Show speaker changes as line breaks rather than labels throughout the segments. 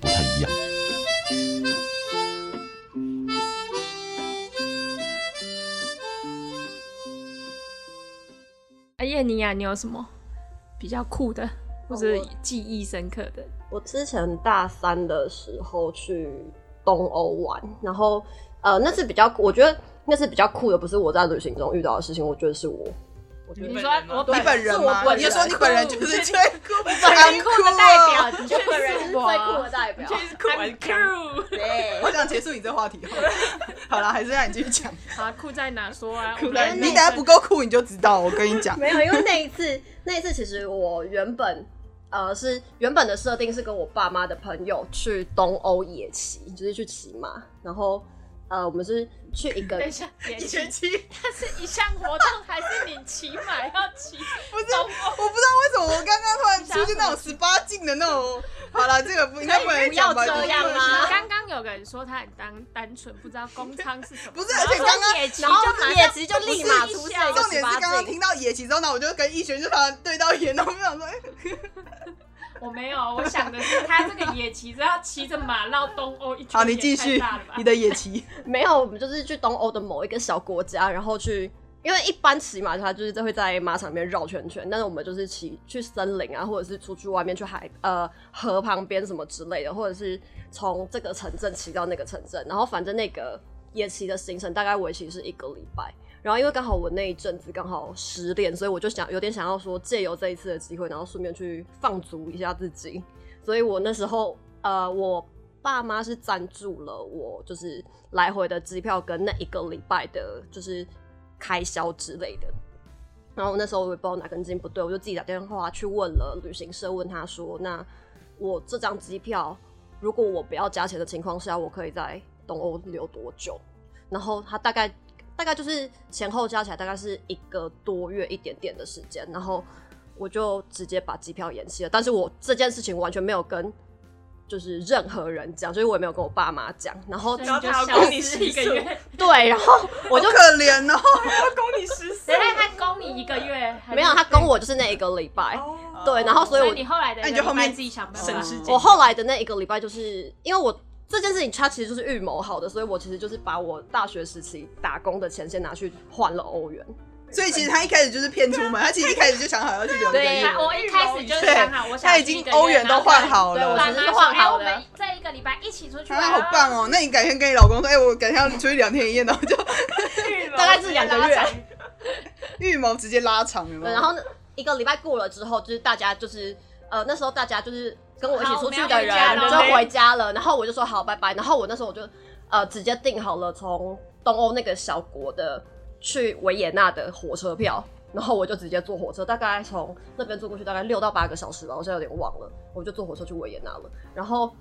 不太一样。
哎，叶尼亚，你有什么比较酷的或者记忆深刻的？
我之前大三的时候去东欧玩，然后呃，那是比较，我觉得那是比较酷的，不是我在旅行中遇到的事情，我觉得是我，我觉得
你
本
说
人吗
我
对
本
你本人
是我
吗？
本
你
人
就说你本人就是最酷，
本人
很
酷的代
哦。
表，你
就
确
本人是
实是
最酷
我
的代表
你。确实是酷，
I'm
很酷。
对，
我想结束你这话题哦。 好了，还是让你继续讲。
啊，酷在哪 说啊？
酷
我
在
们
你等下不够酷你就知道，我跟 你讲。
没有，因为那一次，那一次其实我原本呃是原本的设定是跟我爸妈的朋友去东欧野骑，就是去骑马，然后呃我们是去一个
等 一下，野骑
期
它是一项活动，还是你骑马要骑？
不是，我不知道为什么我刚刚突然出现那种十八禁的那种。好了，这个不应该
哎
不能讲吧？
可以不要这样啊
就是
吗
刚刚有个人说他很单单纯，不知道公仓是什么。
不是而且
然后
刚刚
野骑就
然后
马
野
上
骑就立马出现一个
重点是刚刚听到野崎之后，那我就跟逸轩就突然对到眼，然后我就想说，哎、
我没有，我想的是他这个野骑，只要骑着马绕东欧一圈，
好，你继
也
续
太大了吧
你的野崎。
没有，我们就是去东欧的某一个小国家，然后去，因为一般骑马它就是会在马场里面绕圈圈，但是我们就是骑去森林啊，或者是出去外面去海呃河旁边什么之类的，或者是从这个城镇骑到那个城镇，然后反正那个野骑的行程大概为期是一个礼拜。然后因为刚好我那一阵子刚好失恋，所以我就想有点想要说借由这一次的机会，然后顺便去放逐一下自己。所以我那时候呃，我爸妈是赞助了我就是来回的机票跟那一个礼拜的就是开销之类的。然后那时候我也不知道哪根筋不对，我就自己打电话去问了旅行社，问他说：“那我这张机票，如果我不要加钱的情况下，我可以在东欧留多久？”然后他大概大概就是前后加起来大概是一个多月一点点的时间，然后我就直接把机票延期了。但是我这件事情完全没有跟就是任何人讲，就是我也没有跟我爸妈讲。然后
所以
然后
就
他要
消
供你
失一个
食宿
月，
对，然后 我就
好可怜哦，
要供你十四
谁让他供你一个月？还是
没有他跟我就是那一个礼拜，
哦
对，然后所
所以
以我
你后来的
那你就后
人
面
自己想办
省
法。
吃俭
我后来的那一个礼拜，就是因为我这件事情它其实就是预谋好的，所以我其实就是把我大学时期打工的钱先拿去换了欧元。
所以其实他一开始就是骗出门，他其实一开始就想好要去留一个
对
月。
哦我一开始就是
对
想好，我想
他已经欧元都换好
对
了，
我
爸妈
其实
说
是换
哎
好
我
的
们这一个礼拜一起出去玩，
啊，好棒哦！那你改天跟你老公说，哎、我改天要出去两天一夜，然后就
大概是两个月
预谋直接拉长，有没
对，
有？
然后呢一个礼拜过了之后，就是大家就是呃那时候大家就是跟我一起
好
出去
我们要
的
回
人
家了
就回家了，然后我就说好拜拜，然后我那时候我就呃直接订好了从东欧那个小国的去维也纳的火车票。然后我就直接坐火车，大概从那边坐过去大概六到八个小时吧，我现在有点忘了。我就坐火车去维也纳了。然后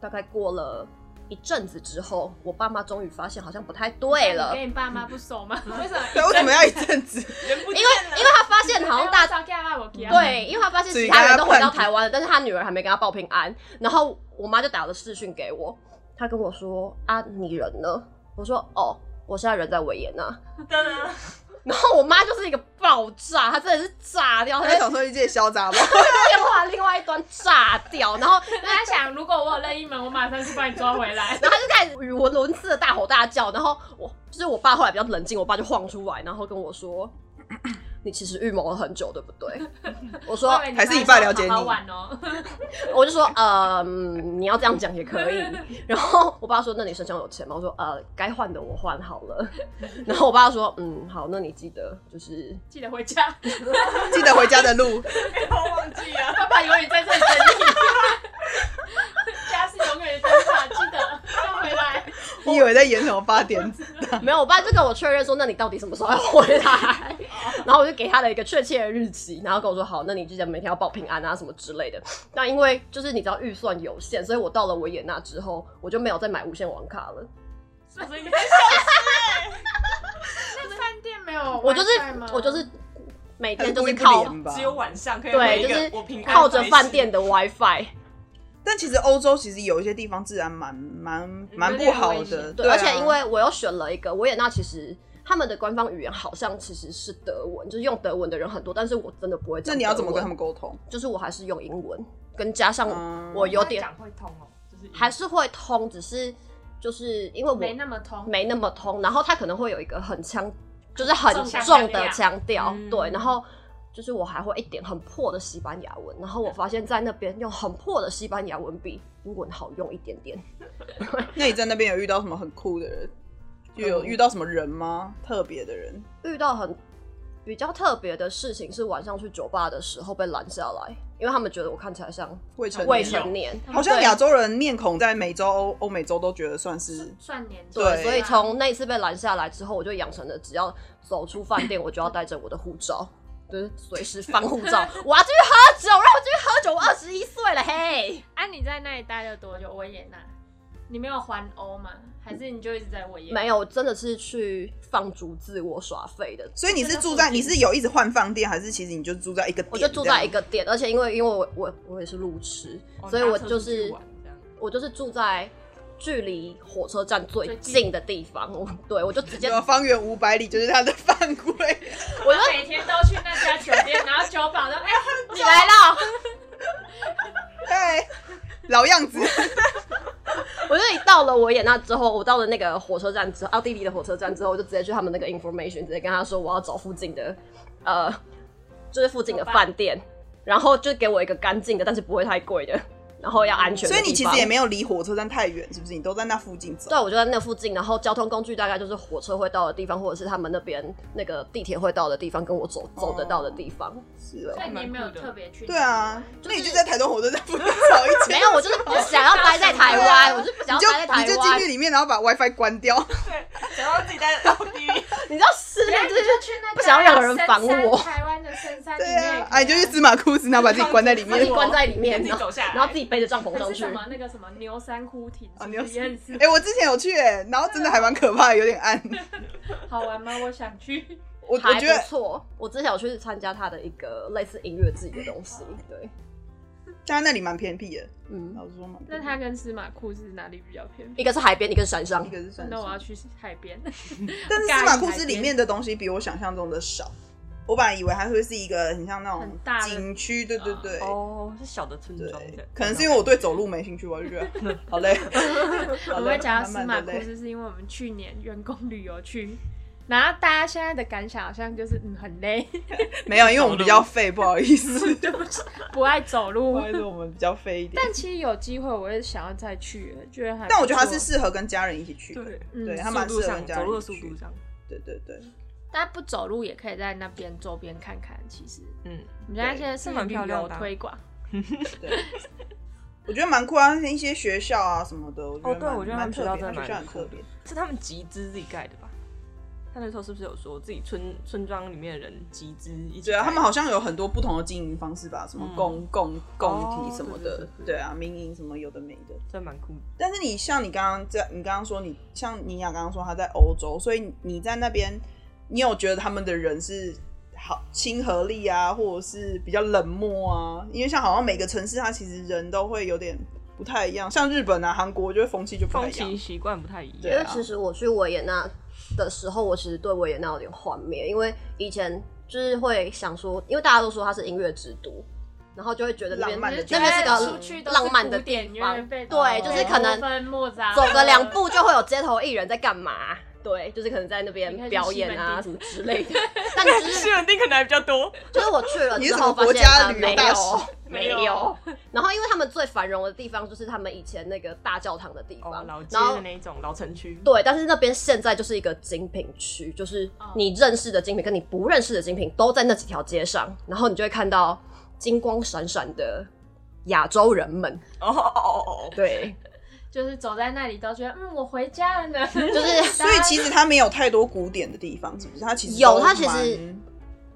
大概过了一阵子之后，我爸妈终于发现好像不太对了，
跟你爸妈不熟吗？为什么？
对，为什么要一阵 子？
人不
因
见
为
了
因为他发现 好像大
家我给啊
对，因为他发现其他人都回到台湾了，但是他女儿还没跟他报平安。然后我妈就打了视讯给我，她跟我说：“啊，你人呢？”我说：“哦，我现在人在维也纳。
当
啊
然”
然后我妈就是一个爆炸，她真的是炸掉，
他
她
在
就
想说一件小杂吧，
电话另外一端炸掉，然后
我在想，如果我有任意门，我马上去把你抓回来。
然后他就开始语无伦次的大吼大叫，然后我就是我爸后来比较冷静，我爸就晃出来，然后跟我说：“你其实预谋了很久，对不对？”我 说：“
我以为
还是你爸了解你
好好玩哦。
我就说，呃，嗯你要这样讲也可 以。然后我爸说，那你身上有钱吗？我说，呃，该换的我换好了。然后我爸说，嗯，好，那你记得就是
记得回家，
记得回家的路。
我忘记了。
爸爸永远在这里等你。家是永远的灯塔，记得要回来。
你以为在演什么八点
没有，我爸就跟我确认说，那你到底什么时候要回来？ 然后我就给他了一个确切的日期，然后跟我说好，那你记得每天要报平安啊什么之类的。那因为就是你知道预算有限，所以我到了维也纳之后，我就没有再买无线网卡了。
是不是你很小
那饭店没有，
我就是我就是每
还
天
是
就
故
是
意不
靠
连吧
只有晚上可以回
对，
一
就
个
是
我平安
靠着饭
没
店的 WiFi。
但其实欧洲其实有一些地方治安蛮蛮蛮不好的，
对，
啊
而且因为我又选了一个维也纳，其实他们的官方语言好像其实是德文，就是用德文的人很多，但是我真的不会讲。
那你要怎么跟他？们沟通？
就是我还是用英文，跟加上
嗯
我有点
讲会通哦，就是
还是会通，只是就是因为我
没那么通，
没那么通，然后他可能会有一个很强，就是很
重强
重
调
的强调，
嗯
对，然后就是我还会一点很破的西班牙文，然后我发现在那边用很破的西班牙文比英文好用一点点。
那你在那边有遇到什么很酷的
嗯
人？就有遇到什么人吗？特别的人？
遇到很比较特别的事情是晚上去酒吧的时候被拦下来，因为他们觉得我看起来像
未成年
未成年，
好像亚洲人面孔在美洲、欧欧美洲都觉得算是
算年纪
对
对，所以从那一次被拦下来之后，我就养成了只要走出饭店，我就要带着我的护照，就是随时翻护照。我要去喝酒，让我去喝酒，我二十一岁了嘿。
啊，你在那里待了多久？维也纳，你没有环欧吗？还是你就一直在维也纳？
没有，真的是去放逐自我耍废的。
所以你是住在你是有一直换饭店，还是其实你就住在一个点？
我就住在一
个。
个店，而且因为因为我我我也是路痴，
哦
所以我
搭车
就
出去
是
玩这样
我就是住在距离火车站最近的地方，我对我就直接
有啊方圆五百里就是他的犯规，
我就每天都去那家酒店，然后酒保都哎，
你来了，
哎，老样子，
我就一到了维也纳之后，我到了那个火车站之后，奥地利的火车站之后，我就直接去他们那个 information，直接跟他说我要找附近的，呃，就是附近的饭店，然后就给我一个干净的，但是不会太贵的，然后要安 全的
所
地方。
以你其实也没有离火车站太远，是不是？你都在那附近走。
对，我就在那附近，然后交通工具大概就是火车会到的地方，或者是他们那边那个地铁会到的地方，跟我走走得到的地方。
是哦
所以你也没有特别去。
对啊，
就是
那你就在台东火车站附近走一 圈，
没有，我就是不想要待在台湾， 我就是不
你
想要待在
就
台
你就进
湾
去。里面，然后把 WiFi 关 掉。
对，讲到自己在奥地 利，
你知道失
然
恋
后
就
你
是
就去那个
不想要让人烦我
深山台湾的深山里
对
面也可以
啊，哎，你就去司马库斯，然后把自己关在里
自己
面。
关在里面，
自己
然后
走下来
然后自己背着帐篷
可
上
是
去
什。么那个什么牛山窟亭
哦
是
牛
不是
山
也很是
哎，我之前有去，哎，然后真的还蛮可怕的，有点暗。
好玩吗？我想去。
我我
还不
觉得
错，我之前有去参加他的一个类似音乐季的东西，对，
但那里蛮偏僻的，
嗯，
老实说蛮偏
那
僻。
它跟司马库是哪里比较偏
一
僻？
个是海边，一个是山上
一，个是山
那我要
上，
去海边。
但是
尬
司马
一
库
海
斯
边
里面的东西比我想象中的少。我本来以为它会是一个很像那
很
种
大的
景区，对对对，
哦，是小的村庄这
对
样，，
可能是因为我对走路没兴趣吧，我就觉得 好累。
我
我
会讲到司马库
累。
斯，是因为我们去年员工旅游去，然后大家现在的感想好像就是嗯很累，
没有，因为我们比较废，不好意 思，
对不起，不爱走
不
路
好。意 思，我们比较废一点。
但其实有机会，我也想要再去，觉得还不错。
但我觉得他是适合跟家人一起去的，
对，
嗯
对他
它蛮
蛮适
适
合
合
跟家
走
人
路
一
的
起
速
去
度。上，
对对对，
大家不走路也可以在那边周边看看。其实
嗯，
我们家现在是
是蛮
旅
漂亮
游
的啊
推广，
对。我觉得蛮酷啊，一些学校啊什么的，我觉
哦，
得
对，
蛮
我觉得他
蛮
们
特
学校
别，
真的
他学校
蛮
很
酷
特
的
别。，
是他们集资自己盖的吧？他那时候是不是有说自己村村庄里面的人集资一起
对
盖？
啊，他们好像有很多不同的经营方式吧，什么
嗯
公共共
哦
体什么
对对，
的
对对
对啊，民营什么有的没的。
真蛮酷的。
但是你像你刚刚在，你刚刚说你像妮雅刚刚说她在欧洲，所以你在那边，你有觉得他们的人是好亲和力啊，或者是比较冷漠啊？因为像好像每个城市它其实人都会有点不太一样，像日本啊、韩国，就会风气就不太
风
一样
情。习惯不太一
对啊
因
样，
为其实我去维也纳的时候，我其实对维也纳有点幻灭，因为以前就是会想说，因为大家都说它是音乐之都，然后就会觉得那边
浪漫的
那边是
觉得
出
个
去都是
浪漫的
古典
地方
乐被
对，就是可能
贝多芬莫扎
走
特
个两步就会有街头艺人在干嘛。对，就是可能在那边表演啊什
你
么之类的， 但就是
西门町可能还比较多，
就是我去了
你是
之
什么
后发
国
现
家
呃
旅游
没
大
有
使
没
没
有
有，
然后因为他们最繁荣的地方就是他们以前那个大教堂的地
哦
方，
老街
然后
的那一种老城区，
对，但是那边现在就是一个精品区，就是你认识的精品跟你不认识的精品都在那几条街上，然后你就会看到金光闪闪的亚洲人们，
哦哦哦哦，
对，
就是走在那里都觉得，嗯，我回家了呢。
就是
所以其实它没有太多古典的地方，是不是？它其实
有
都
它其实
蛮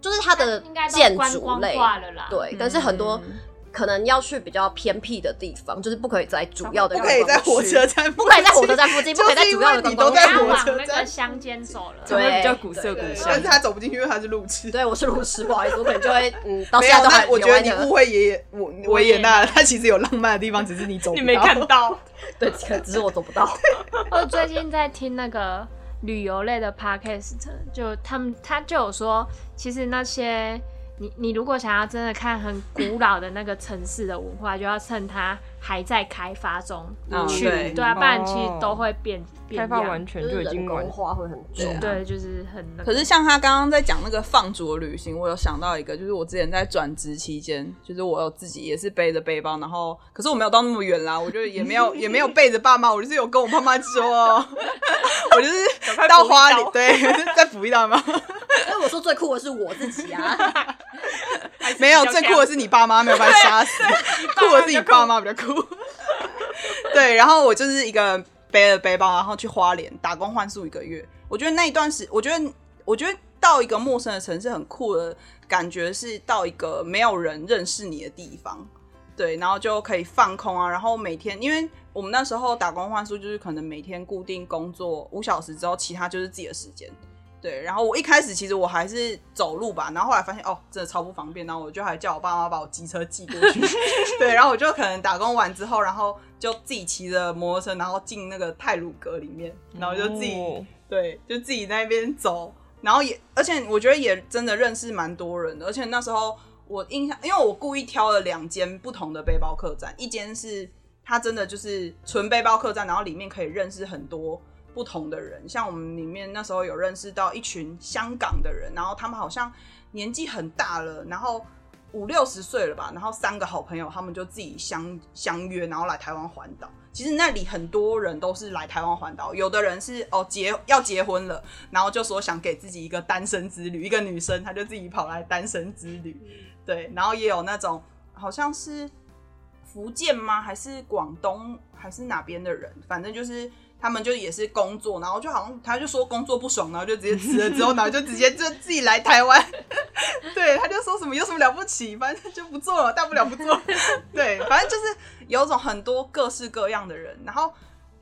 就是它的
应该都
建
观
筑
光
类，
化了啦。
对，但是很多
嗯
可能要去比较偏僻的地方，就是不可以在主要的
不可以在火车站，
不可以在火车站附近，不
就
可以在
是因
主要
为
的观
你都
光
在
他
区。
火
往
车
那个
站，
乡间走了。
就会比较古
对
色古
对
香
但是。他走不进去，因为他是路痴。
对，我是路痴，不好意思，我可能就会嗯，到
没
现
有，
在都还
那我觉
留
得
在
你
那
误会爷爷我维也纳了，它其实有浪漫的地方，只是你走 不
你没看到？
对，可只是我走不 到。
我最近在听那个旅游类的 podcast，就他们他就有说，其实那些你你如果想要真的看很古老的那个城市的文化，就要趁它还在开发中
嗯
去，
对
对啊，不然
哦
其实都会变变
开发
样
完全
就是
就已
人
经完
工，化会很重。
对，就是很那
可
个
是像他刚刚在讲那个放逐的旅行，我有想到一个，就是我之前在转职期间，就是我有自己也是背着背包，然后可是我没有到那么远啦，我就也没有也没有背着爸妈，我就是有跟我妈妈说哦， 我就是到花
赶
莲，
快
对， 再补一刀吗？
所以我说最酷的是我自己啊，
没有，最酷的是你爸妈没有把你杀死，酷啊 的是你爸妈比较酷。对，然后我就是一个背了背包，然后去花莲打工换宿一个月。我觉得那一段时，我觉得我觉得到一个陌生的城市很酷的感觉是到一个没有人认识你的地方，对，然后就可以放空啊，然后每天因为。我们那时候打工换宿，就是可能每天固定工作五小时之后，其他就是自己的时间。对，然后我一开始其实我还是走路吧，然后后来发现哦，真的超不方便，然后我就还叫我爸妈把我机车寄过去。对，然后我就可能打工完之后，然后就自己骑着摩托车，然后进那个泰鲁阁里面，然后就自己、
哦
对，就自己在那边走，然后也，而且我觉得也真的认识蛮多人的，而且那时候我印象，因为我故意挑了两间不同的背包客栈，一间是它真的就是纯背包客栈，然后里面可以认识很多不同的人，像我们里面那时候有认识到一群香港的人，然后他们好像年纪很大了，然后。五六十岁了吧，然后三个好朋友，他们就自己相相约，然后来台湾环岛。其实那里很多人都是来台湾环岛，有的人是哦结要结婚了，然后就说想给自己一个单身之旅，一个女生她就自己跑来单身之旅，对，然后也有那种好像是福建吗？还是广东还是哪边的人？反正就是他们就也是工作，然后就好像他就说工作不爽，然后就直接辞了之后，然后就直接就自己来台湾。对，他就说什么有什么了不起，反正就不做了，大不了不做。对，反正就是有种很多各式各样的人。然后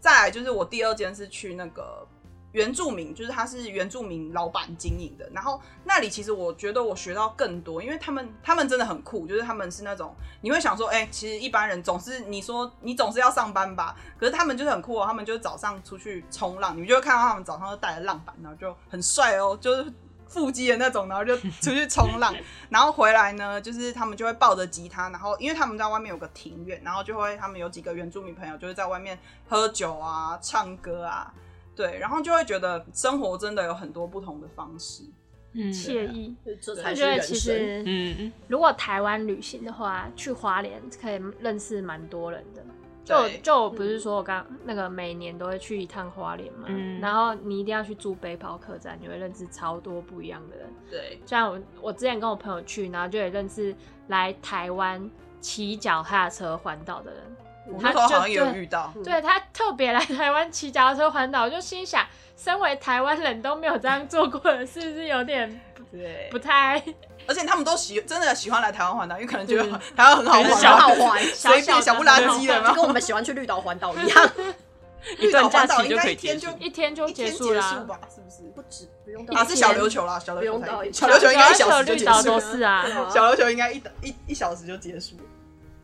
再来就是我第二间是去那个原住民，就是他是原住民老板经营的。然后那里其实我觉得我学到更多，因为他们他们真的很酷，就是他们是那种你会想说，哎、其实一般人总是你说你总是要上班吧，可是他们就是很酷哦，他们就是早上出去冲浪，你们就会看到他们早上就带着浪板，然后就很帅哦，就是。腹肌的那种，然后就出去冲浪，然后回来呢，就是他们就会抱着吉他，然后因为他们在外面有个庭院，然后就会他们有几个原住民朋友就会在外面喝酒啊、唱歌啊，对，然后就会觉得生活真的有很多不同的方式。
嗯
惬意。
这
我
才是
觉得
人
其
生。
实
嗯，
如果台湾旅行的话，去花莲可以认识蛮多人的。就
对
就我不是说我刚那个每年都会去一趟花莲嘛，
嗯
然后你一定要去住背包客栈，你会认识超多不一样的人。
对，
像我我之前跟我朋友去，然后就也认识来台湾骑脚踏车环岛的人。
我
他
那时候好
就
像也有
对
遇到，
对他特别来台湾骑脚踏车环岛，我就心想，身为台湾人都没有这样做过了，是不是有点不
对
不太
而且他们都喜真的喜欢来台湾环岛，因为可能觉得
对
台湾很好玩，
小好玩
小
随
小
便
的
小不拉几 的，
很
然
就
后
跟我们喜欢去绿岛环岛一样，
绿岛环岛
一段假期
应
就
该
可以
一天
一天就
结束
就一天
结
结
束
束
啦、
吧，是不是？
不止不用
啊，是小琉球啦，小
不
琉球
用到
才
一
小琉球应该一小时就
绿
结
岛
束
都
了，
是 啊，
小琉球应该一一一小时就结束了。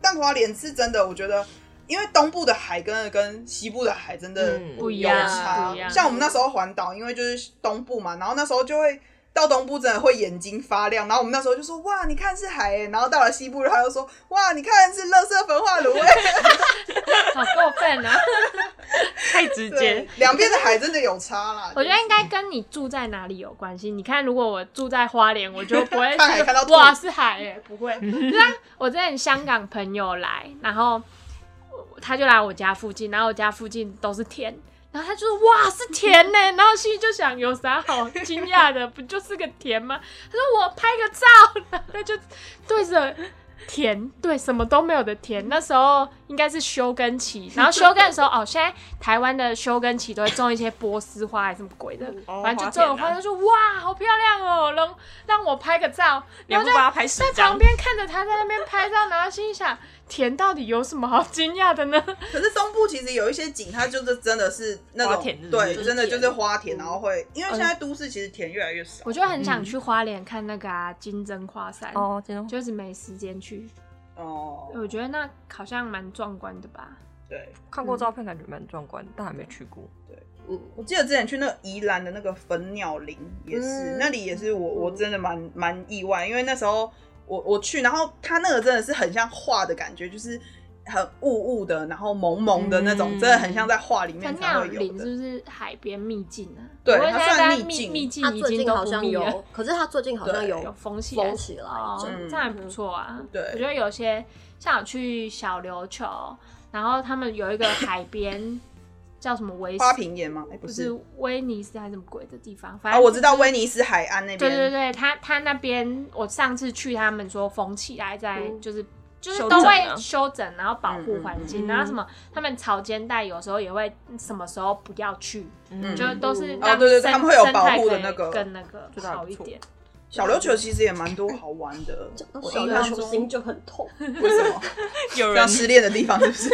但花莲是真的，我觉得，因为东部的海跟跟西部的海真的
嗯
不一
有
样
差。
不一样
像我们那时候环岛，因为就是东部嘛，然后那时候就会到东部真的会眼睛发亮，然后我们那时候就说哇，你看是海耶、然后到了西部，然后又说哇，你看是垃圾焚化炉、 欸，
好过分 啊！
太直
对
接，，
两边的海真的有差啦。
我觉得应该跟你住在哪里有关系。你看，如果我住在花莲，我就 不会
看
觉
海
得
看到吐
哇是海耶、不 会。那我之前香港朋友来，然后呃他就来我家附近，然后我家附近都是田，然后他就说哇是田呢、然后心里就想有啥好惊讶的，不就是个田吗？他说我拍个照，然后他就对着田，对什么都没有的田。那时候应该是休耕期，然后休耕的时候，哦，现在台湾的休耕期都会种一些波斯花还是什么鬼的，
哦
反正就种了
花
花，
田啊
就说哇，好漂亮哦，让让我拍个照，
两
然后
步把它
就
拍十
在
张
旁边看着他在那边拍照，然后心里想，田到底有什么好惊讶的 呢？
可是东部其实有一些景，它就是真的是那种
花田是不是
对，真的就是花
嗯
田，然后会因为现在都市其实田越来越少
我，就很想去花莲看那个啊金针花山，
哦，真的
就是没时间去，
哦，
我觉得那好像蛮壮观的吧。
对。
看过照片，感觉蛮壮观，但还没去过。
嗯
我记得之前去那个宜兰的那个粉鸟林也是，
嗯
那里也是我我真的蛮蛮意外，因为那时候我我去，然后它那个真的是很像画的感觉，就是很雾雾的，然后蒙蒙的那种，
嗯
真的很像在画里面
喷
才
嗯鸟
会有
林
的。
是不是海边秘境啊？
对
不过
它
现在
算
大家
秘境
秘境
他
已
最
经
近
都
好
不
像
密了
有，可是他最近好像
对
有
有
封起来
封起来，
哦，
真的
嗯
这样还不错啊。
对
我觉得有些像我去小琉球，然后他们有一个海边叫什么威斯
花，瓶岩吗？哎、不
不
是
是威尼斯还是什么鬼的地方，反
啊，
正
我知道
就是
威尼斯海岸那
对对
边。
对，他他那边我上次去，他们说封起来在，
嗯
就是就是
修
都
整
会
啊
修整，然后保护环境，
嗯嗯嗯
然后什么他们潮间带有时候也会什么时候不要去，
嗯
就都是
嗯
让
哦对对对
生
他们会有
生态
保护的
可以
那个
更那个
这倒还
好
不
一
错
点。
小琉球其实也蛮多好玩 的，我
小
印
琉
象
球
中
心就很痛，
为什么
有
要失恋的地方是不是？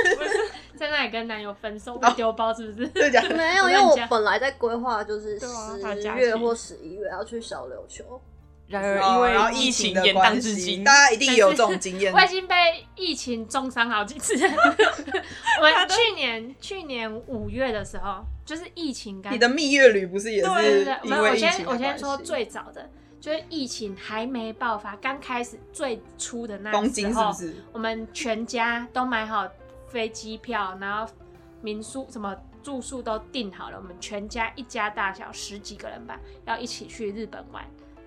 在那里跟男友分
哦
手，被丢包是不是？
对 讲
没有，
我
因
跟
为
你
我
讲
本来在规划就是
对啊
十
他的假
月
期
或十一月要去小琉球，
然
哦
而
然后
呃因为疫
情
情
的
延
关
宕至
系，
今，
大 家一定 有这种经验
我。 已经被疫情重伤好几 次。我们去年去年五月的时候，就是疫情刚
你的蜜月旅不是也
对对
是
对，
因
没有我
为疫情
先
的
我先
关
说
系
最早的，就是疫情还没爆发，刚开始最初的那时候，
东京是不是？
我们全家都买好飞机票，然后民宿什么住宿都订好了，我们全家一家大小十几个人吧，要一起去日本玩，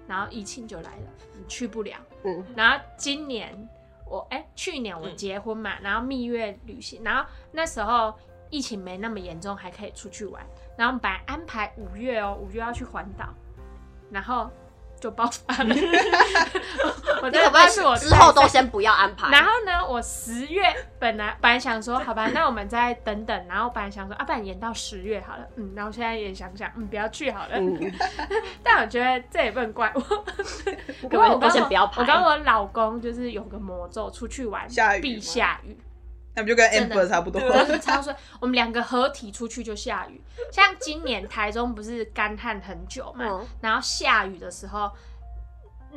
然后疫情就来了，去不了。
嗯，
然后今年我哎、去年我结婚嘛，然后蜜月旅行，然后那时候疫情没那么严重，还可以出去玩。然后我们本来安排五月哦，五月要去环岛，然后就爆发 了。 我真的不知道
你可不可
是我
以之后
太
都
衰
先不要安排？
然后呢，我十月本来本来想说，好吧，那我们再等等。然后本来想说，啊，不然延到十月好了。嗯，然后现在也想想，嗯，不要去好了。
嗯，
但我觉得这也不能怪我，
你
不
可
过
不
我
可
跟
以都先
我
不要排？
我跟我老公就是有个魔咒，出去玩
下雨
必
吗
下雨，
那不就跟
真的啊
Amber 差不多？
真的超帅。我们两个合体出去就下雨，像今年台中不是干旱很久嘛，
嗯
然后下雨的时候。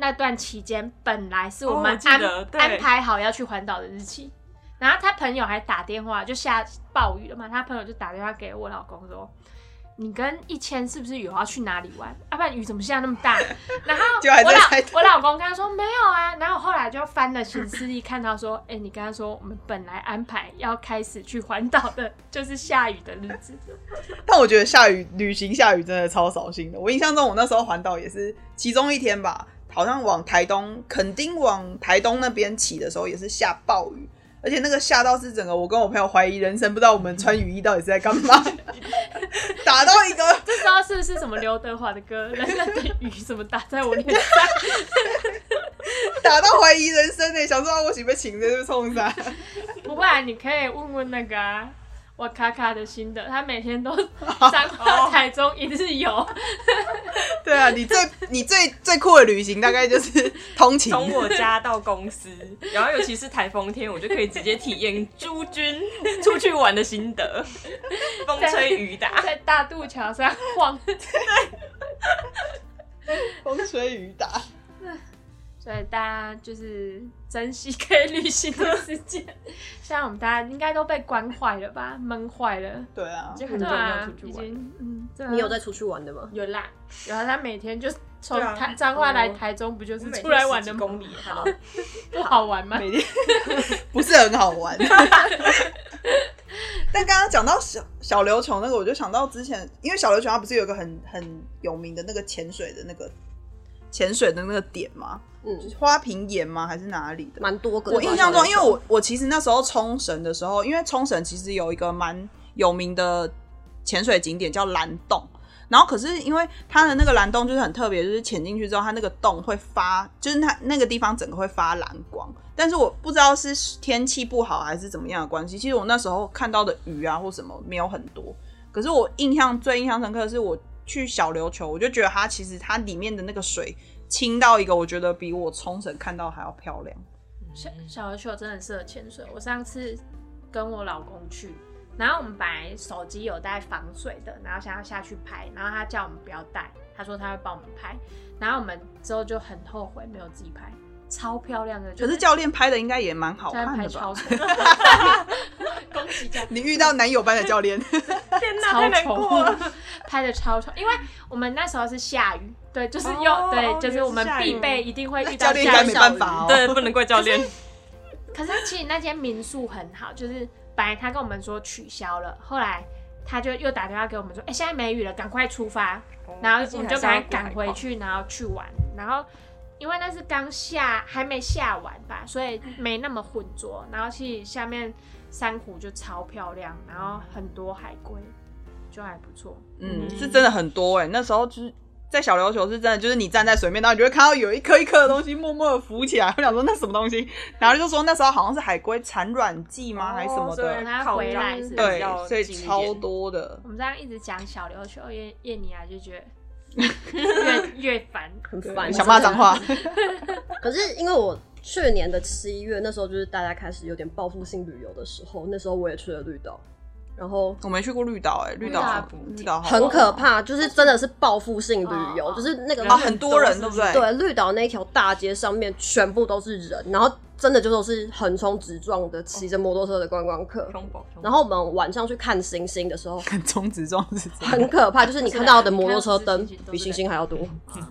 那段期间本来是我
哦
们
我记
安、
得对
安排好要去环岛的日期，然后他朋友还打电话，就下暴雨了嘛，他朋友就打电话给我老公说：“你跟一千是不是有要去哪里玩？啊要、不然雨怎么下那么大？” 然后
就还在
我老
猜
我老公跟他说没有啊，然后我后来就翻了行事历，看到说：“哎、你跟他说我们本来安排要开始去环岛的，就是下雨的日子。”
但我觉得下雨旅行下雨真的超扫兴的。我印象中，我那时候环岛也是其中一天吧，好像往台东，垦丁往台东那边骑的时候也是下暴雨，而且那个下到是整个我跟我朋友怀疑人生，不知道我们穿雨衣到底是在干 嘛，打到一个
这时候是不是什么刘德华的歌？人生的雨怎么打在我脸上？
打到怀疑人生呢、想说啊我岂被请的就冲啥？
不会、啊，你可以问问那个、啊、我卡卡的心得，他每天都三到台中一日 游，
对啊，你最你最最酷的旅行大概就是通勤，
从我家到公司，然后尤其是台风天，我就可以直接体验朱军 出去玩的心得，风吹雨打。
在大渡桥上晃。
风吹雨打。
所以大家就是珍惜可以旅行的时间。现在我们大家应该都被关坏了吧，闷坏了。
对啊，
就很
对
久没有
啊
出，去
已
玩，
经嗯，真的
你有在出去玩的吗？
有啦，然后他每天就从
对啊
台彰化来
哦
台中，不就
我
是
每天
出来玩
十
的
几
吗？
公 里，好，
不好玩吗？
每天 不是很好玩。 但刚刚讲到小小琉球那个，我就想到之前，因为小琉球它不是有一个很很有名的那个潜水的那个潜水的那个点吗？
嗯，
花瓶岩吗？还是哪里的？
蛮多个的
我
吧。
印象中，因为
小琉球
我我其实那时候冲绳的时候，因为冲绳其实有一个蛮有名的潜水景点叫蓝洞，然后可是因为它的那个蓝洞就是很特别，就是潜进去之后，它那个洞会发，就是它那个地方整个会发蓝光。但是我不知道是天气不好还是怎么样的关系，其实我那时候看到的鱼啊或什么没有很多，可是我印象最印象深刻的是我去小琉球，我就觉得它其实它里面的那个水清到一个我觉得比我冲绳看到还要漂亮。
小
嗯
小琉球真的很适合潜水。我上次跟我老公去，然后我们本来手机有带防水的，然后想要下去拍，然后他叫我们不要带，他说他会帮我们拍，然后我们之后就很后悔没有自己拍，超漂亮的。就
可是教练拍的应该也蛮好
在
看
拍
的
超
吧？
丑，恭喜教
你遇到男友班的教练，
天哪，
超
太难过了。
丑，拍的超丑，因为我们那时候是下雨，对，就是
哦
又、
哦
对，就是我们
原来是下雨
必备一定会 遇
教
到
练应
下
该没
雨。
办法哦。
对，不能怪教练。
可是其实那间民宿很好，就是本来他跟我们说取消了，后来他就又打电话给我们说，哎、现在没雨了，赶快出发。
哦
然后我们就赶快赶回。去，然后去玩。然后因为那是刚下，还没下完吧，所以没那么浑浊。然后其实下面珊瑚就超漂亮，然后很多海龟，就还不错。
嗯，
嗯
是真的很多哎、那时候就是在小琉球是真的，就是你站在水面，然后你就会看到有一颗一颗的东西默默的浮起来。我想说那什么东西，然后就说那时候好像是海龟产卵剂
哦
吗，还是什么
以
的，
它回来是它
对，所以超。多的
我。们这样一直讲小琉球，叶叶尼亚就觉得越越 烦。
很烦。啊
想骂脏话，
可是因为我去年的七月，那时候就是大家开始有点报复性旅游的时候，那时候我也去了绿岛，然后
我没去过绿岛哎、绿
绿岛
岛
不
绿岛好哦
很可怕，就是真的是报复性旅游，
哦
就是那个
啊，很多人
很多
对不 对？
对绿岛那条大街上面全部都是人，然后真的就都是横冲直撞的骑着摩托车的观光客。然后我们晚上去看星星的时候，
很冲直撞是这样。
很可怕， 就是你看到的摩托车灯比星星还要多。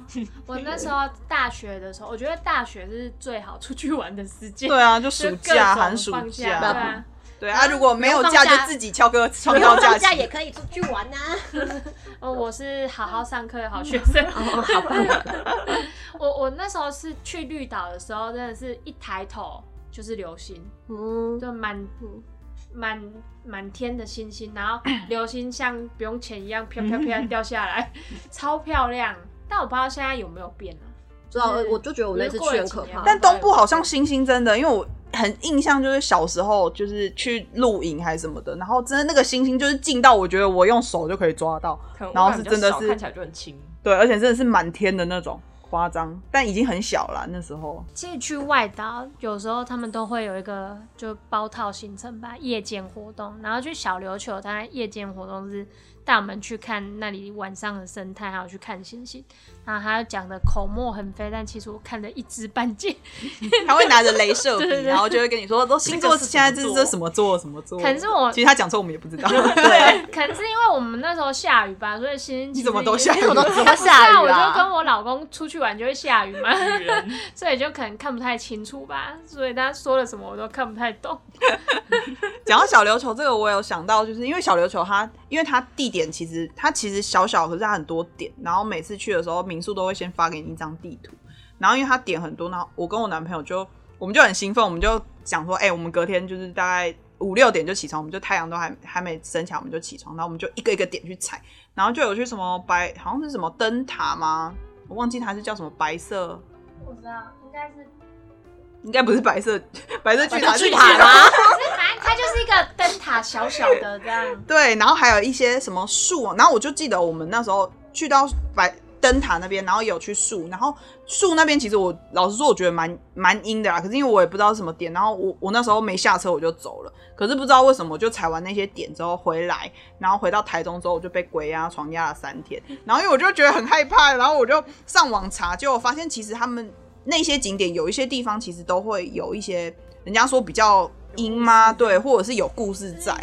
我那时候大学的时候，我觉得大学是最好出去玩的时间。
对啊，就暑
就各
假、
种
寒暑
放假，对
假，
啊，
对啊，如果没有
不用放
假就
假
自己翘课，创
放
造假
假
期
也。可以出去玩呐、
哦，我是好好上课的好学 生。
哦，好吧，
我我那时候是去绿岛的时候，真的是一抬头就是流星，
嗯，
就满满满天的星星，然后流星像不用钱一样飘飘飘掉下来， 超漂亮。但我不知道现在有没有变啊。
知道，我就觉得我那次去很可怕。
但东部好像星星真的，因为我很印象，就是小时候就是去露营还是什么的，然后真的那个星星就是近到我觉得我用手就可以抓到，然后是真的是
看起来就很轻，
对，而且真的是满天的那种，夸张，但已经很小了那时候。
其实去外岛，有时候他们都会有一个就包套行程吧，夜间活动。然后去小琉球，它夜间活动是带我们去看那里晚上的生态，还有去看星星。然后他讲的口沫横飞，但其实我看了一知半解，
他会拿着镭射笔，
对对对
然后就会跟你说，都星座
这个是
现在
什
这
么
是
座
这什么座什么座。
可能是我
其实他讲错我们也不知道。
对，可能是因为我们那时候下雨吧，所以星星
你怎么都下雨
我
怎么
怎么下雨啊
我就跟我老公出去玩就会下雨嘛， 所以就可能看不太清楚吧，所以他说了什么我都看不太懂。
讲到小琉球这个，我有想到，就是因为小琉球它，因为它地点其实它其实小小，可是它很多点，然后每次去的时候，民宿都会先发给你一张地图，然后因为它点很多，然后我跟我男朋友就我们就很兴奋，我们就想说，哎、我们隔天就是大概五六点就起床，我们就太阳都还还没升起来，我们就起床，然后我们就一个一个点去踩，然后就有去什么白，好像是什么灯塔吗？我忘记它是叫什么白色，
我知道，应该是
应该不是白色白色巨塔，
去
是
塔吗？
反正它就是一个灯塔小小的这样。
对，然后还有一些什么树，然后我就记得我们那时候去到白灯塔那边，然后有去树，然后树那边其实我老实说，我觉得蛮蛮阴的啦。可是因为我也不知道是什么点，然后我我那时候没下车我就走了，可是不知道为什么我就踩完那些点之后回来，然后回到台中之后我就被鬼压床压了三天，然后因为我就觉得很害怕，然后我就上网查，结果发现其实他们那些景点有一些地方其实都会有一些人家说比较阴
嗯
吗？对，或者是有故事在。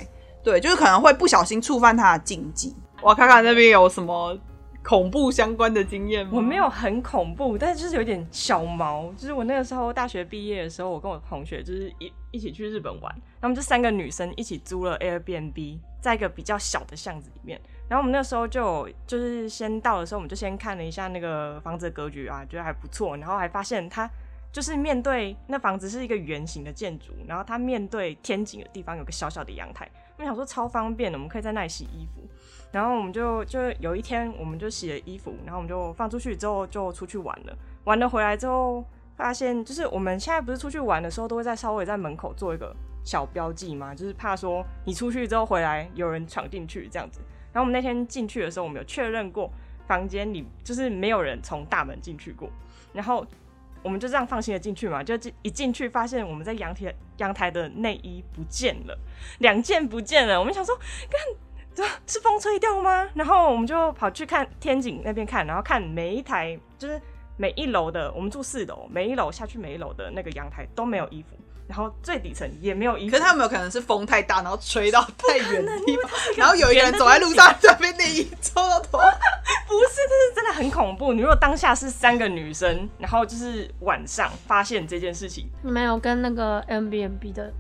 对，就是可能会不小心触犯他的禁忌。我看看那边有什么恐怖相关的经验吗？
我没有很恐怖，但是就是有点小毛。就是我那个时候大学毕业的时候，我跟我同学就是一一起去日本玩，他们就三个女生一起租了 Airbnb，在一个比较小的巷子里面。然后我们那时候就有就是先到的时候，我们就先看了一下那个房子的格局啊，觉得还不错，然后还发现它。就是面对那房子是一个圆形的建筑，然后它面对天井的地方有个小小的阳台，我们想说超方便的，我们可以在那里洗衣服。然后我们就就有一天，我们就洗了衣服，然后我们就放出去之后就出去玩了。玩了回来之后，发现就是我们现在不是出去玩的时候都会在稍微在门口做一个小标记嘛，就是怕说你出去之后回来有人闯进去这样子。然后我们那天进去的时候，我们有确认过房间里就是没有人从大门进去过，然后我们就这样放心的进去嘛，就进一进去发现我们在阳台阳台的内衣不见了，两件不见了，我们想说看。这是风吹掉吗？然后我们就跑去看天井那边看，然后看每一台就是每一楼的，我们住四楼，每一楼下去每一楼的那个阳台都没有衣服，然后最底层也没有衣服。
可是 他们有可能是风太大，然后吹到太远的地方，然后有一个
圆
人
的
走在路上，在被内衣 抽到头，
不是，这是真的很恐怖。你如果当下是三个女生，然后就是晚上发现这件事情，
你们有跟那个 M B N B 的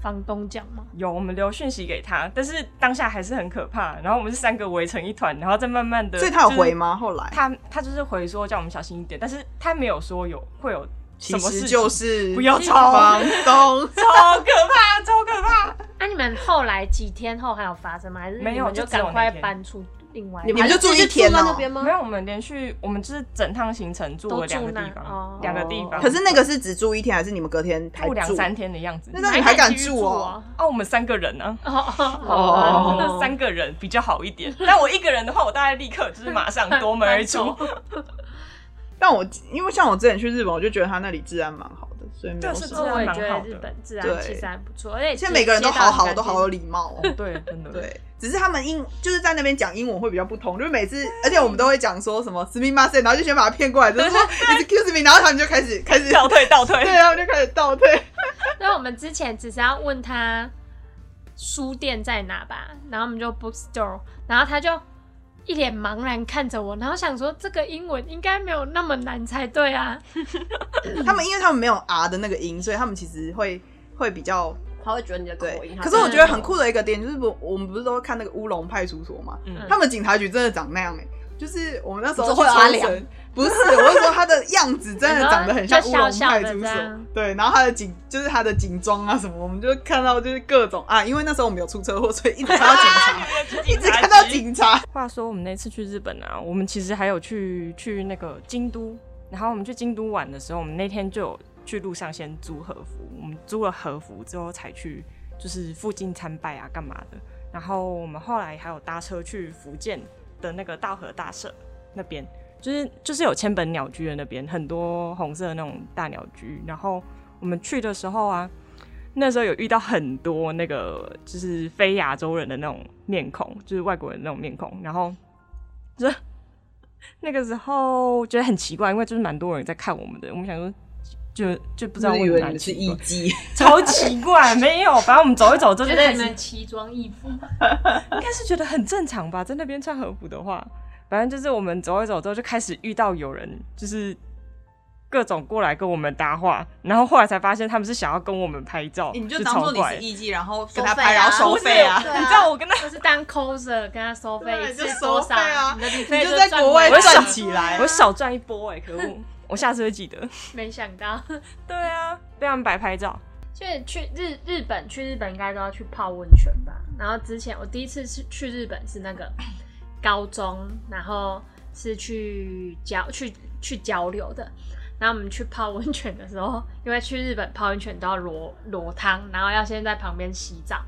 房东讲吗？
有我们留讯息给他，但是当下还是很可怕。然后我们是三个围成一 团，然后再慢慢的，
所以他有
就是
回吗？后来
他他就是回说叫我们小心一点，但是他没有说有会有什
其
么事情，
实就是
不要吵
房东
超可怕，超可怕。
那、啊你们后来几天后还有发生吗？还是
没有
你们就
就只有
赶快
那天
搬出另外
你们就住一
天
天
在那
哦。
边吗
没？有，我们连续我们就是整趟行程住了两个地
都住那哦
方，两个地方，
可是那个是只住一天，还是你们隔天还
住两
住？
三天的样子。
那
你
那你还敢
继续
住哦？
哦，我们三个人啊，
哦哦
哦
哦，那三个人比较好一点。但我一个人的话，我大概立刻就是马上夺门而 出
搬。
但我因为像我之前去日本，我就觉得他那里治安蛮好的，所以没有
对是
什
治
么
安。
哦，我也觉
蛮
得
好的
日本治安
对
其实还不错，而且
现在每个人都好好，都好有
理。
礼貌 哦。
对，真的。
对，只是他们英就是在那边讲英文会比较不同，就是每次，而且我们都会讲说什么 s m i m a s e 然后就先把他骗过来，就是说 excuse me，然后他们就开始开始
倒退，倒退
对，。然后就开始倒退。
所以我们之前只是要问他书店在哪吧，然后我们就 bookstore，然后他就一脸茫然看着我，然后想说这个英文应该没有那么难才对啊。
他们因为他们没有 R 的那个音，所以他们其实会会比较
他会觉得你的口
对
音。。
可是我觉得很酷的一个点就是不，我们不是都会看那个乌龙派出所嘛，
嗯
他们警察局真的长那样哎、就是我们那时候
你说会有
去
阿
冲
良
绳，不是，我是说他的样子真的长得很像乌龙
你说
派出
就
所
笑笑的这样，
对，然后他的警就是他的警装啊什么，我们就看到就是各种啊，因为那时候我们有出车祸，所以一直看到警 察，一直看到警察，
话说我们那次去日本啊，我们其实还有去去那个京都，然后我们去京都玩的时候，我们那天就有去路上先租和服，我们租了和服之后才去就是附近参拜啊干嘛的。然后我们后来还有搭车去福建的那个道和大社那边，就是就是有千本鸟居的那边，很多红色的那种大鸟居。然后我们去的时候啊，那时候有遇到很多那个就是非亚洲人的那种面孔，就是外国人的那种面孔，然后就那个时候觉得很奇怪，因为就是蛮多人在看我们的，我们想说就就不知道为什么蛮奇怪
妓，
超奇怪，没有，反正我们走一走就
觉
是
得
类
你
似
们奇装异服，
应该是觉得很正常吧，在那边穿和服的话，反正就是我们走一走之后就开始遇到有人，就是各种过来跟我们搭话，然后后来才发现他们是想要跟我们拍照，
你就
就
当
超
做你是
怪。
艺妓，然后
收
跟他
费
拍，
啊
然后收费啊
不。
对
是
啊
你知道我跟他，
就是当 coser 跟他收费
对
一
就
次
收
多少，
费啊
你的旅
你
费
就在
赚
国外
回来
我想
赚起来啊
我，少赚一波哎、可 恶！我下次会记得。
没想到，
对啊，被他们白拍照，
就是去日日本，去日本应该都要去泡温泉吧。然后之前我第一次是去日本是那个高中，然后是去交去去交流的。然后我们去泡温泉的时候，因为去日本泡温泉都要裸裸汤，然后要先在旁边洗澡。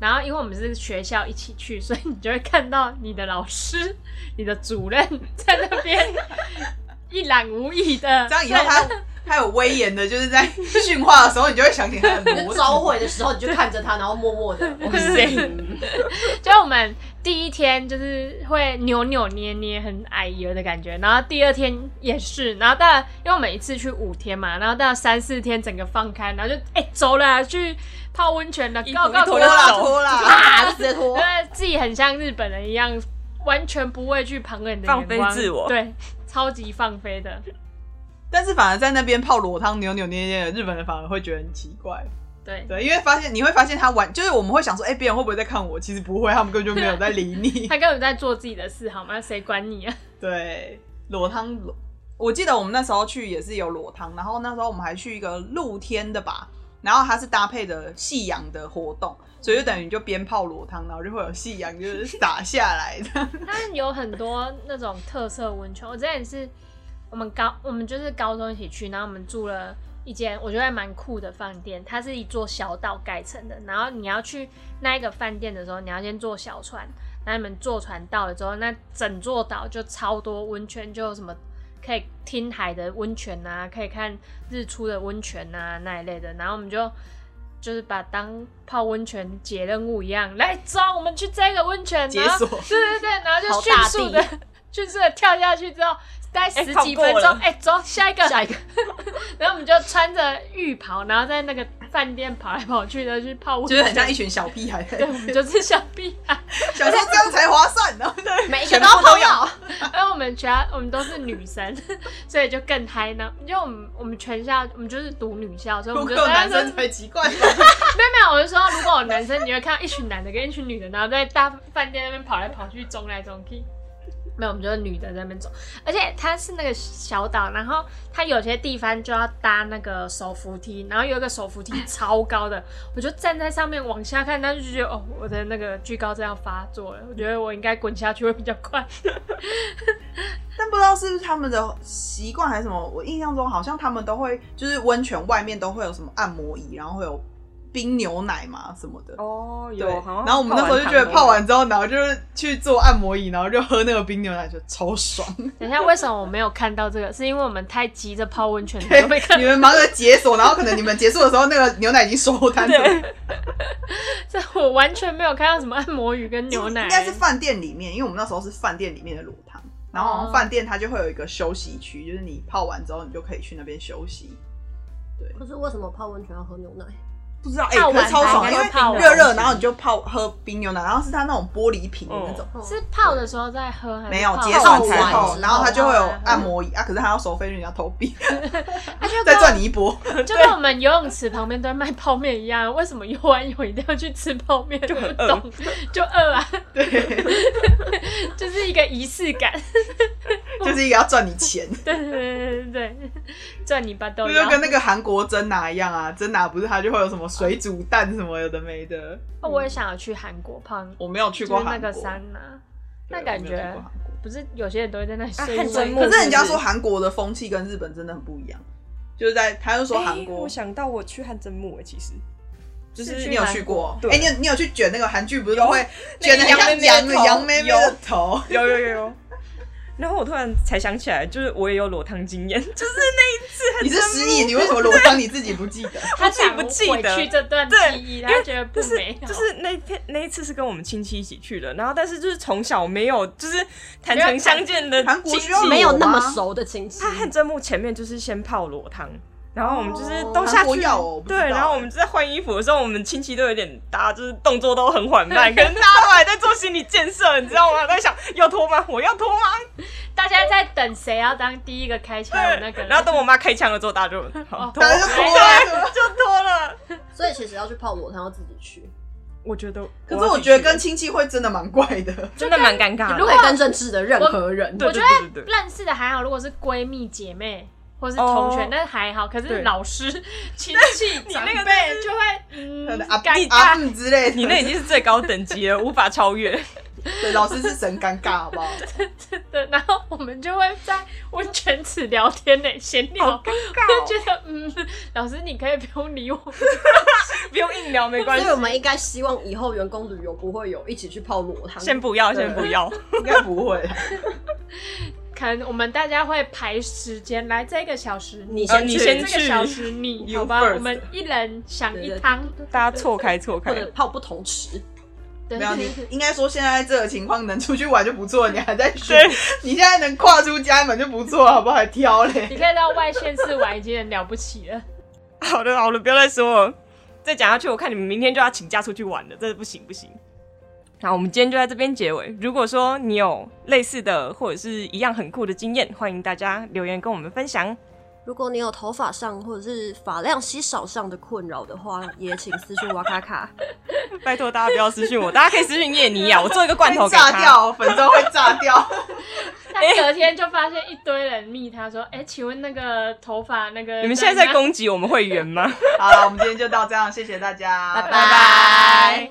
然后因为我们是学校一起去，所以你就会看到你的老师、你的主任 在那边一览无遗的。
这样以后他他有威严的，就是 在训话的时候，你就会想起他的
你
模
就
子
召回的时候，你就看着他，然后默默 的。
哇塞
嗯
就我们第一天就是会扭扭捏捏，很矮油的感觉，然后第二天也是，然后到了因为我们一次去五天嘛，然后到了三四天整个放开，然后就哎、走了去泡温泉了，告告脱
脱啦
了，
脱啦，
啊，就直接脱
因。为啊自己很像日本人一样，完全不畏惧旁人的眼光
放飞自我
对，超级放飞的。
但是反而在那边泡裸汤扭扭捏捏的日本人反而会觉得很奇怪，
对，
对，因为发现你会发现他玩，就是我们会想说，哎、别人会不会在看我？其实不会，他们根本就没有在理你。
他根本在做自己的事，好吗？谁管你啊？
对，裸汤裸，我记得我们那时候去也是有裸汤，然后那时候我们还去一个露天的吧，然后它是搭配的夕阳的活动，所以就等于就边泡裸汤，然后就会有夕阳就是洒下来的。
它有很多那种特色温泉。我之前是我们高，我们就是高中一起去，然后我们住了一间我觉得还蛮酷的饭店，它是一座小岛盖成的。然后你要去那一个饭店的时候，你要先坐小船，那你们坐船到了之后，那整座岛就超多温泉，就有什么。可以听海的温泉呐、啊，可以看日出的温泉呐、啊、那一类的，然后我们就就是把当泡温泉解任务一样，来走，我们去这个温泉，
解
然后
锁
对对对，然后就
好
迅
大
速
地
的迅速的跳下去之后，待十几分
放过
钟
了，
哎、走下一个，
下一个
然后我们就穿着浴袍，然后在那个饭店跑来跑去的去泡温泉，
就是很像一群小屁孩，
对，我们就是小屁孩。
想说这样才划算啊呢、对，
每一个
全
都
部
要
都
碰
要
到。
因为我们全我们都是女生，所以就更嗨呢。因为我们我们全校我们就是读女校，所以我
不
们就
够男
在
生才奇怪。
没有没有，我是说，如果有男生，你会看到一群男的跟一群女的，然后在大饭店那边跑来跑去，中来中去。没有，我们就是女的在那边走，而且它是那个小岛，然后它有些地方就要搭那个手扶梯，然后有一个手扶梯超高的，我就站在上面往下看，但是就觉得哦，我的那个惧高症要发作了，我觉得我应该滚下去会比较 快。
但不知道是不是他们的习惯还是什么，我印象中好像他们都会就是温泉外面都会有什么按摩椅，然后会有冰牛奶嘛什么的。
哦，
对，
有，好像
然后我们那时候就觉得泡
糖
完之后，然后就是去做按摩椅，然后就喝那个冰牛奶，就超爽。
等一下，为什么我没有看到这个？是因为我们太急着泡 温泉了，
对
都没看到
你们忙着解锁，然后可能你们结束的时候，那个牛奶已经收摊了。
这我完全没有看到什么按摩鱼跟牛奶，
应该是饭店里面，因为我们那时候是饭店里面的裸汤，然后好
哦
像饭店它就会有一个休息区，就是你泡完之后，你就可以去那边休息。
可是为什么泡温泉要喝牛奶？
不知道，哎、
泡
可
完
是超爽，
才
因为
能泡完
热热，然后你就泡喝冰牛奶，然后是它那种玻璃瓶的那
哦
种，
是泡的时候再喝，还是
没有
哦泡
结
完哦
束之
泡完
后，
之
然后它
后
就会有
泡完
按摩椅啊，可是它要收费，因为你要投 币，
它就
再
跟
赚你一波。
就跟我们游泳池旁边都在卖泡面一样，为什么游完泳一定要去吃泡面？就
很
不
饿
懂，就饿啊，
对，
就是一个仪式感。
就是一个要赚你钱，
对对对对对，赚你吧都
就
要。
跟那个韩国真拿一样啊，真拿不是它就会有什么水煮蛋什么有的没的。
哦我也想要去韩国泡，
我没有去
就
过
是那
韩国，
个山呐，
对
那感
我没有去
觉
过韩国
不是有些人都会在那里睡
啊汗蒸
一
木
晚
可是人家
是不
说韩国的风气跟日本真的很不一样，就是在他就说韩
诶
国
哎我，想到我去汗蒸木诶，欸其实就是
你有去过？
对
哎，你有你有去卷那个韩剧，不是都会卷的
那个
像羊
羊妹妹的
的
头
羊妹妹的头？
有有 有有。然后我突然才想起来，就是我也有裸汤经验， 就是那一次很
你是失忆，你为什么裸汤你自己不记 得？
他
自己
想
不记
回
得
去这段记
对
忆，
因
他
为
觉得不
就是
美好。
就是那天那一次是跟我们亲戚一起去的，然后但是就是从小没有就是坦
没有
诚相见的
韩国
亲
需
戚
要，
没有那么
有啊
熟的亲戚
他，汗蒸木前面就是先泡裸汤，然后我们就是
哦
都下
韩国
去，
要哦我不知
对，
道
然后我们在换衣服的时候，我们亲戚都有点大，家就是动作都很缓 慢，可能大家都还在做心理建设，你知道吗？在想要脱吗？我要脱吗？
大家在等谁要当第一个开枪的那个人，
然后等我妈开枪了之后，大家就好
哦
脱，
大家就脱了。
就脱了。
所以其实要去泡裸汤要自己去，
我觉得，
可是我觉得跟亲戚会真的蛮怪的。
真的蛮尴尬
如果。
的
对跟认识的任何人，
对
我觉
对对
得
对对
认识的还好，如果是闺蜜、姐妹或是同学
哦，
那还好。可是
对
老师、亲戚、
你
长
那个
辈
真是啊
就会嗯
可能阿
尴
阿
尬。
姆之类的，
你那已经是最高等级 了，无法超越。
对老师是神尴尬，好不好？
对，然后我们就会在温泉池聊天呢，闲聊。
好
我就觉得嗯，老师你可以不用理我。
不用硬聊没关系
所以，我们应该希望以后员工旅游不会有一起去泡裸汤。
先不要，先不要。
应该不会。
可能我们大家会排时间来这个小时，
你
呃
先
你
去，
先
这个
去
小时你
You
好吧，
first
我们一人想
对
一
对
汤。
大家错开错开
或，者泡不同池。
对
没有，
对
你
对
应该说现在这个情况能出去玩就不错，你还在学
对，
你现在能跨出家门就不错，好不好？还挑嘞
你。可以到外县市玩已经很了不起了。
好的好了，不要再说了，再讲下去，我看你们明天就要请假出去玩了，真的不行不行。好，我们今天就在这边结尾。如果说你有类似的或者是一样很酷的经验，欢迎大家留言跟我们分享。
如果你有头发上或者是发量稀少上的困扰的话，也请私讯瓦卡卡。
拜托啊 大家不要私讯我，大家可以私讯叶尼亚，我做一个罐头
会
给他。
炸掉，粉妆会炸掉。
大隔天就发现一堆人密他说：“哎、请问那个头发那个……”
你们现在在攻击我们会员吗？
好了，我们今天就到这样，谢谢大家，
拜
拜拜。